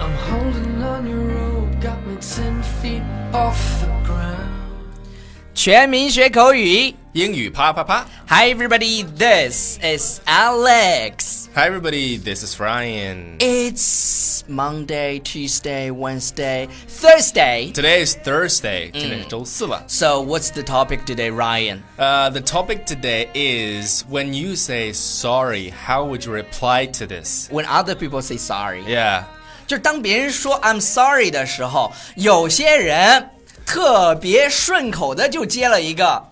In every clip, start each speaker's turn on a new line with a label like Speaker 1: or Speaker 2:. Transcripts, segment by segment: Speaker 1: rolling on your road got me ten feet off the ground.
Speaker 2: 全民学口语。
Speaker 3: 英语啪啪啪
Speaker 2: Hi everybody, this is Alex.
Speaker 3: ！Hi everybody, this is Ryan.
Speaker 2: It's Monday, Tuesday, Wednesday, Thursday.
Speaker 3: Today is Thursday，今
Speaker 2: Mm.
Speaker 3: 天是周四了。
Speaker 2: So what's the topic today, Ryan?
Speaker 3: 呃、t h e topic today is when you say sorry, how would you reply to this?
Speaker 2: When other people say sorry.
Speaker 3: Yeah，
Speaker 2: 就是当别人说 I'm sorry 的时候，有些人特别顺口的就接了一个，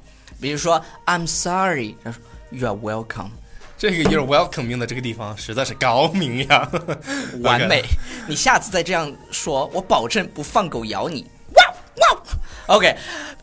Speaker 2: 比如说 I'm sorry，他说 You are welcome，
Speaker 3: 这个 You're welcome 用的这个地方实在是高明呀，
Speaker 2: 完美
Speaker 3: OK。
Speaker 2: 你下次再这样说，我保证不放狗咬你。哇哇 OK，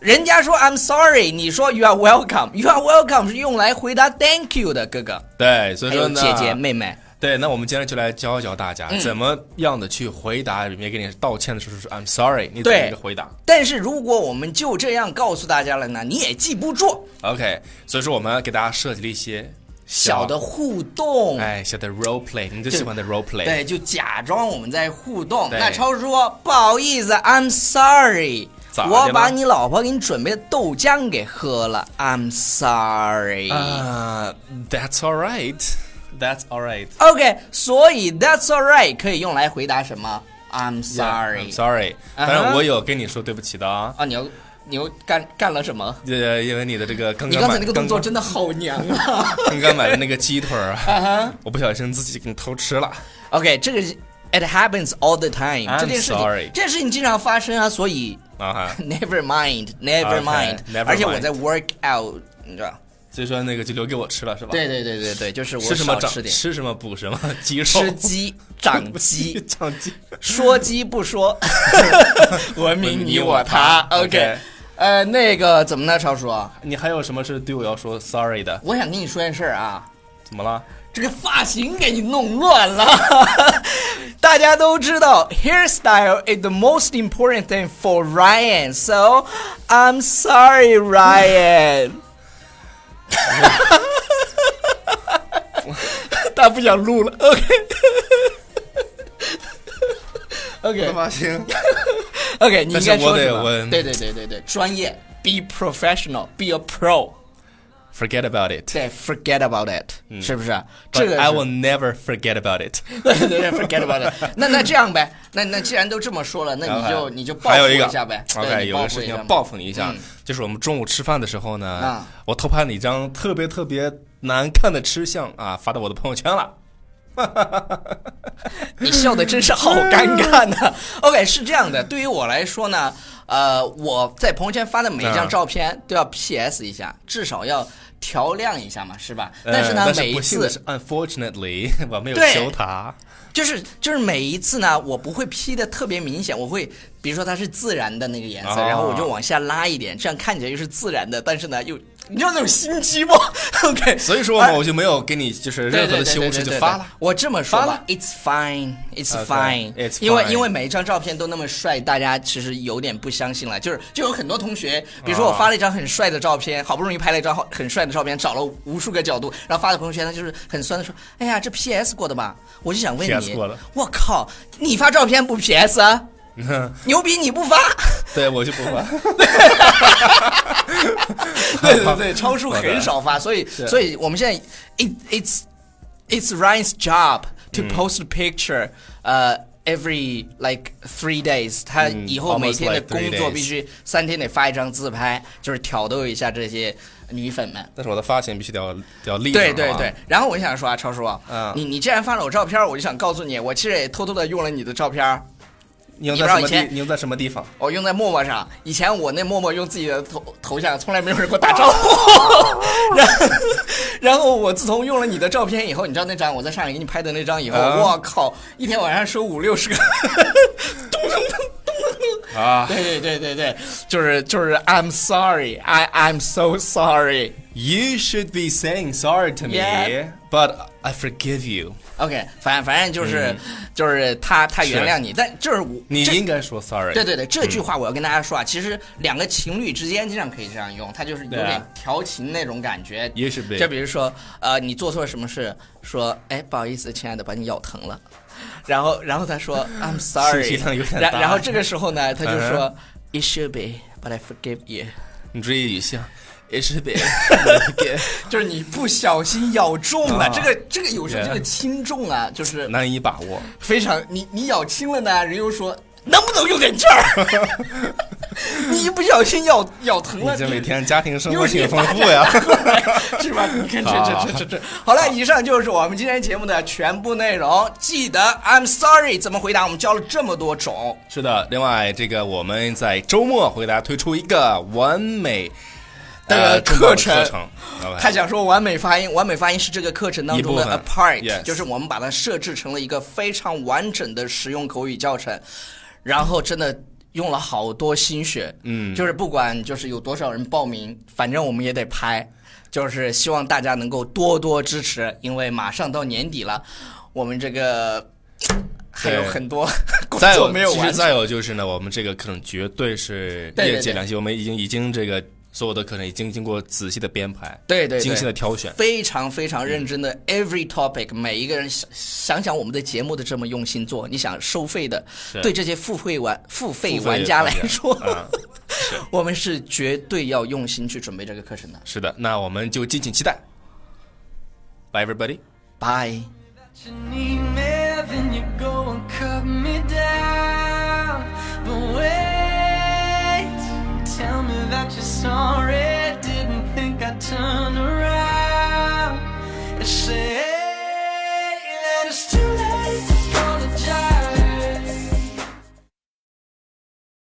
Speaker 2: 人家说 I'm sorry，你说 You are welcome，You are welcome 是用来回答 Thank you 的，哥哥，
Speaker 3: 对，所以
Speaker 2: 还
Speaker 3: 说
Speaker 2: 有
Speaker 3: 呢，
Speaker 2: 姐姐嗯妹妹。
Speaker 3: 对，那我们今天就来教教大家怎么样的去回答别人给你道歉的时候说 I'm sorry，你怎么
Speaker 2: 对
Speaker 3: 一个回答
Speaker 2: 但是如果我们就这样告诉大家了呢，你也记不住。
Speaker 3: ？OK，所以说我们给大家设计了一些
Speaker 2: 小的互动，
Speaker 3: 哎小的 role play，你最喜欢的 role play。
Speaker 2: 对，就假装我们在互动。
Speaker 3: 对
Speaker 2: 那超叔说：“不好意思，I'm sorry，
Speaker 3: 咋的了
Speaker 2: 我把你老婆给你准备的豆浆给喝了，I'm sorry。
Speaker 3: 啊、t h a t s all right. That's all right.
Speaker 2: OK，所以 That's alright 可以用来回答什么？I'm sorry。
Speaker 3: I'm sorry. 当
Speaker 2: 嗯
Speaker 3: 然，
Speaker 2: 哼
Speaker 3: 我有跟你说对不起的啊。
Speaker 2: 啊，你又你又干干了什么？
Speaker 3: 呃，因为你的这个刚
Speaker 2: 你
Speaker 3: 刚
Speaker 2: 刚
Speaker 3: 买
Speaker 2: 才那个动作真的好娘啊
Speaker 3: 刚刚刚买的那个鸡 腿儿啊，我不小心自己给你偷吃了。
Speaker 2: ！OK，这个是 It happens all the time，
Speaker 3: I'm
Speaker 2: 这件事情
Speaker 3: sorry
Speaker 2: 这件事情经常发生啊，所以
Speaker 3: 啊哈，
Speaker 2: Never mind，Never
Speaker 3: OK，
Speaker 2: mind，
Speaker 3: never
Speaker 2: 而且我在
Speaker 3: mind
Speaker 2: work out，你知道。
Speaker 3: 所以说那个就留给我吃了是吧？
Speaker 2: 对对对对对，就是我
Speaker 3: 吃什么
Speaker 2: 少
Speaker 3: 长
Speaker 2: 吃点，
Speaker 3: 吃什么补什么，鸡肉
Speaker 2: 吃鸡长 鸡，
Speaker 3: 长鸡。
Speaker 2: 说鸡不说， 文明你我他。
Speaker 3: 文明你我他
Speaker 2: OK，
Speaker 3: OK
Speaker 2: 呃，那个怎么呢，超叔？
Speaker 3: 你还有什么是对我要说 sorry 的？
Speaker 2: 我想跟你说件事儿啊，
Speaker 3: 怎么了？
Speaker 2: 这个发型给你弄乱了。 大家都知道，hairstyle is the most important thing for Ryan. So I'm sorry, Ryan. 他不想录了。OK。OK
Speaker 3: 发型。
Speaker 2: OK，你应该
Speaker 3: 但是我
Speaker 2: 说什
Speaker 3: 得
Speaker 2: 么
Speaker 3: 问
Speaker 2: 对对对对对，专业，be professional，be a pro。
Speaker 3: Forget about it.
Speaker 2: 对，forget about it，、是不是？ 这
Speaker 3: But
Speaker 2: 个是
Speaker 3: I will never forget about it.
Speaker 2: 对对对，forget about it。那那这样呗，那那既然都这么说了，那你就
Speaker 3: OK
Speaker 2: 你就报
Speaker 3: 哎还
Speaker 2: 复
Speaker 3: 有一个
Speaker 2: 下呗。对
Speaker 3: OK，
Speaker 2: 你
Speaker 3: 有一
Speaker 2: 报
Speaker 3: 个
Speaker 2: 复
Speaker 3: 事
Speaker 2: 一
Speaker 3: 情
Speaker 2: 下
Speaker 3: 要
Speaker 2: 嘛
Speaker 3: 报复你一下
Speaker 2: 嗯，
Speaker 3: 就是我们中午吃饭的时候呢
Speaker 2: 啊，
Speaker 3: 我偷拍了一张特别特别难看的吃相啊，发到我的朋友圈了。
Speaker 2: 你笑的真是好尴尬呢。OK，是 这样的，对于我来说呢，呃，我在朋友圈发的每一张
Speaker 3: 嗯
Speaker 2: 照片都要 PS 一下，至少要调亮一下嘛，是吧？但是
Speaker 3: 呃
Speaker 2: 呢，
Speaker 3: 但
Speaker 2: 每
Speaker 3: 是
Speaker 2: 一
Speaker 3: 不幸的
Speaker 2: 次
Speaker 3: 是，unfortunately，我 没有
Speaker 2: 对
Speaker 3: 修它。
Speaker 2: 就是就是每一次呢，我不会 P 的特别明显，我会比如说它是自然的那个颜色，
Speaker 3: 哦
Speaker 2: 然后我就往下拉一点，这样看起来又是自然的，但是呢又。你知道那种心机 哎不？OK，
Speaker 3: 所以说嘛，我就没有给你就是任何的修饰，就发了。。
Speaker 2: 我这么说
Speaker 3: 发
Speaker 2: 吧
Speaker 3: 了
Speaker 2: ，It's fine, It's
Speaker 3: OK，
Speaker 2: fine,
Speaker 3: it's
Speaker 2: 因为
Speaker 3: fine
Speaker 2: 因为每一张照片都那么帅，大家其实有点不相信了。就是就有很多同学，比如说我
Speaker 3: 啊
Speaker 2: 发了一张很帅的照片，好不容易拍了一张好很帅的照片，找了无数个角度，然后发到朋友圈，他就是很酸的说：“哎呀，这 PS 过的吧？”我就想问
Speaker 3: PS
Speaker 2: 你
Speaker 3: 过的，
Speaker 2: 我靠，你发照片不 PS 啊？牛逼你不发？
Speaker 3: 对，我就不发。
Speaker 2: 对对 对，超叔很
Speaker 3: OK
Speaker 2: 少发，所以所以我们现在 it it's it's Ryan's job to
Speaker 3: 嗯
Speaker 2: post a picture，呃、every like three days，他以后
Speaker 3: 嗯 almost
Speaker 2: 每天的
Speaker 3: like
Speaker 2: 工
Speaker 3: three
Speaker 2: 作
Speaker 3: days
Speaker 2: 必须三天得发一张自拍，就是挑逗一下这些女粉们。
Speaker 3: 但是我的发型必须得要得要立正。
Speaker 2: 对对
Speaker 3: 好吧
Speaker 2: 对，，然后我想说啊，超叔啊，
Speaker 3: 嗯
Speaker 2: 你你既然发了我照片，我就想告诉你，我其实也偷偷的用了你的照片儿，
Speaker 3: 你用
Speaker 2: 你不
Speaker 3: 在
Speaker 2: 知道
Speaker 3: 什么
Speaker 2: 以
Speaker 3: 地？
Speaker 2: 前
Speaker 3: 你用在什么地方？
Speaker 2: 我哦用在陌陌上。以前我那陌陌用自己的头头像，从来没有人给我打招呼。 然后，然后我自从用了你的照片以后，你知道那张我在上海给你拍的那张以后，
Speaker 3: 啊
Speaker 2: 我靠，一天晚上收五六十个， 咚咚咚咚咚咚。
Speaker 3: 啊，
Speaker 2: 对对对对对，就是就是，I'm sorry，I I'm so sorry。
Speaker 3: You should be saying sorry to me.
Speaker 2: Yeah.
Speaker 3: But I forgive you，
Speaker 2: OK，反反正就是、就是他他原谅你，但就是我
Speaker 3: 你
Speaker 2: 这
Speaker 3: 应该说 sorry。
Speaker 2: 对对对，这句话我要跟大家说啊，其实两个情侣之间经常可以这样用，它就是有
Speaker 3: 对啊
Speaker 2: 点调情那种感觉。
Speaker 3: 也是被
Speaker 2: 就比如说，呃，你做错了什么事，说，哎，不好意思，亲爱的，把你咬疼了， 然后，然后他说 ，I'm
Speaker 3: 信
Speaker 2: sorry，
Speaker 3: 息量有点
Speaker 2: 然
Speaker 3: 大
Speaker 2: 然后这个时候 呢，他就说，It should be, but I forgive you，
Speaker 3: 你注意语气啊，也是被 forgive
Speaker 2: 就是你不小心咬中了，
Speaker 3: 啊
Speaker 2: 这个这个有时候
Speaker 3: Yeah
Speaker 2: 这个轻重啊，就是
Speaker 3: 难以把握。
Speaker 2: 非常，你你咬轻了呢，人又说能不能用点劲儿？你一不小心咬咬疼
Speaker 3: 你
Speaker 2: 了，
Speaker 3: 这
Speaker 2: 就
Speaker 3: 每天家庭生
Speaker 2: 又
Speaker 3: 活
Speaker 2: 是一
Speaker 3: 挺
Speaker 2: 发展
Speaker 3: 丰富 呀。
Speaker 2: 是吧？你看这
Speaker 3: 好
Speaker 2: 这这这这，好了，以上就是我们今天节目的全部内容。记得 I'm sorry 怎么回答，我们教了这么多种。
Speaker 3: 是的，另外这个我们在周末会给大家推出一个完美
Speaker 2: 的
Speaker 3: 呃中国
Speaker 2: 课
Speaker 3: 的
Speaker 2: 程
Speaker 3: 课程，好吧
Speaker 2: 他想说完美发音，完美发音是这个课程当中的
Speaker 3: 一部
Speaker 2: a
Speaker 3: 分
Speaker 2: part，
Speaker 3: yes
Speaker 2: 就是我们把它设置成了一个非常完整的实用口语教程，然后真的。用了好多心血，
Speaker 3: 嗯
Speaker 2: 就是不管就是有多少人报名，反正我们也得拍，就是希望大家能够多多支持，因为马上到年底了，我们这个还有
Speaker 3: 对
Speaker 2: 很多工
Speaker 3: 再
Speaker 2: 作
Speaker 3: 有，
Speaker 2: 没有
Speaker 3: 其实
Speaker 2: 完成。
Speaker 3: 再有就是呢，我们这个课程绝对是
Speaker 2: 对对
Speaker 3: 业界
Speaker 2: 对
Speaker 3: 良心，我们已经已经这个所有的课程已经经过仔细的编排，
Speaker 2: 对对对
Speaker 3: 精心的挑选。
Speaker 2: 非常非常认真的 every topic，每一个人想想想我们的节目的这么用心做，你想收费的，对这些付费玩付费
Speaker 3: 付费
Speaker 2: 玩家来
Speaker 3: 玩家
Speaker 2: 说，
Speaker 3: 啊，
Speaker 2: 我们是绝对要用心去准备这个课程的。
Speaker 3: 是的，那我们就敬请期待。Bye everybody。
Speaker 2: Bye。
Speaker 1: You need me, then you go and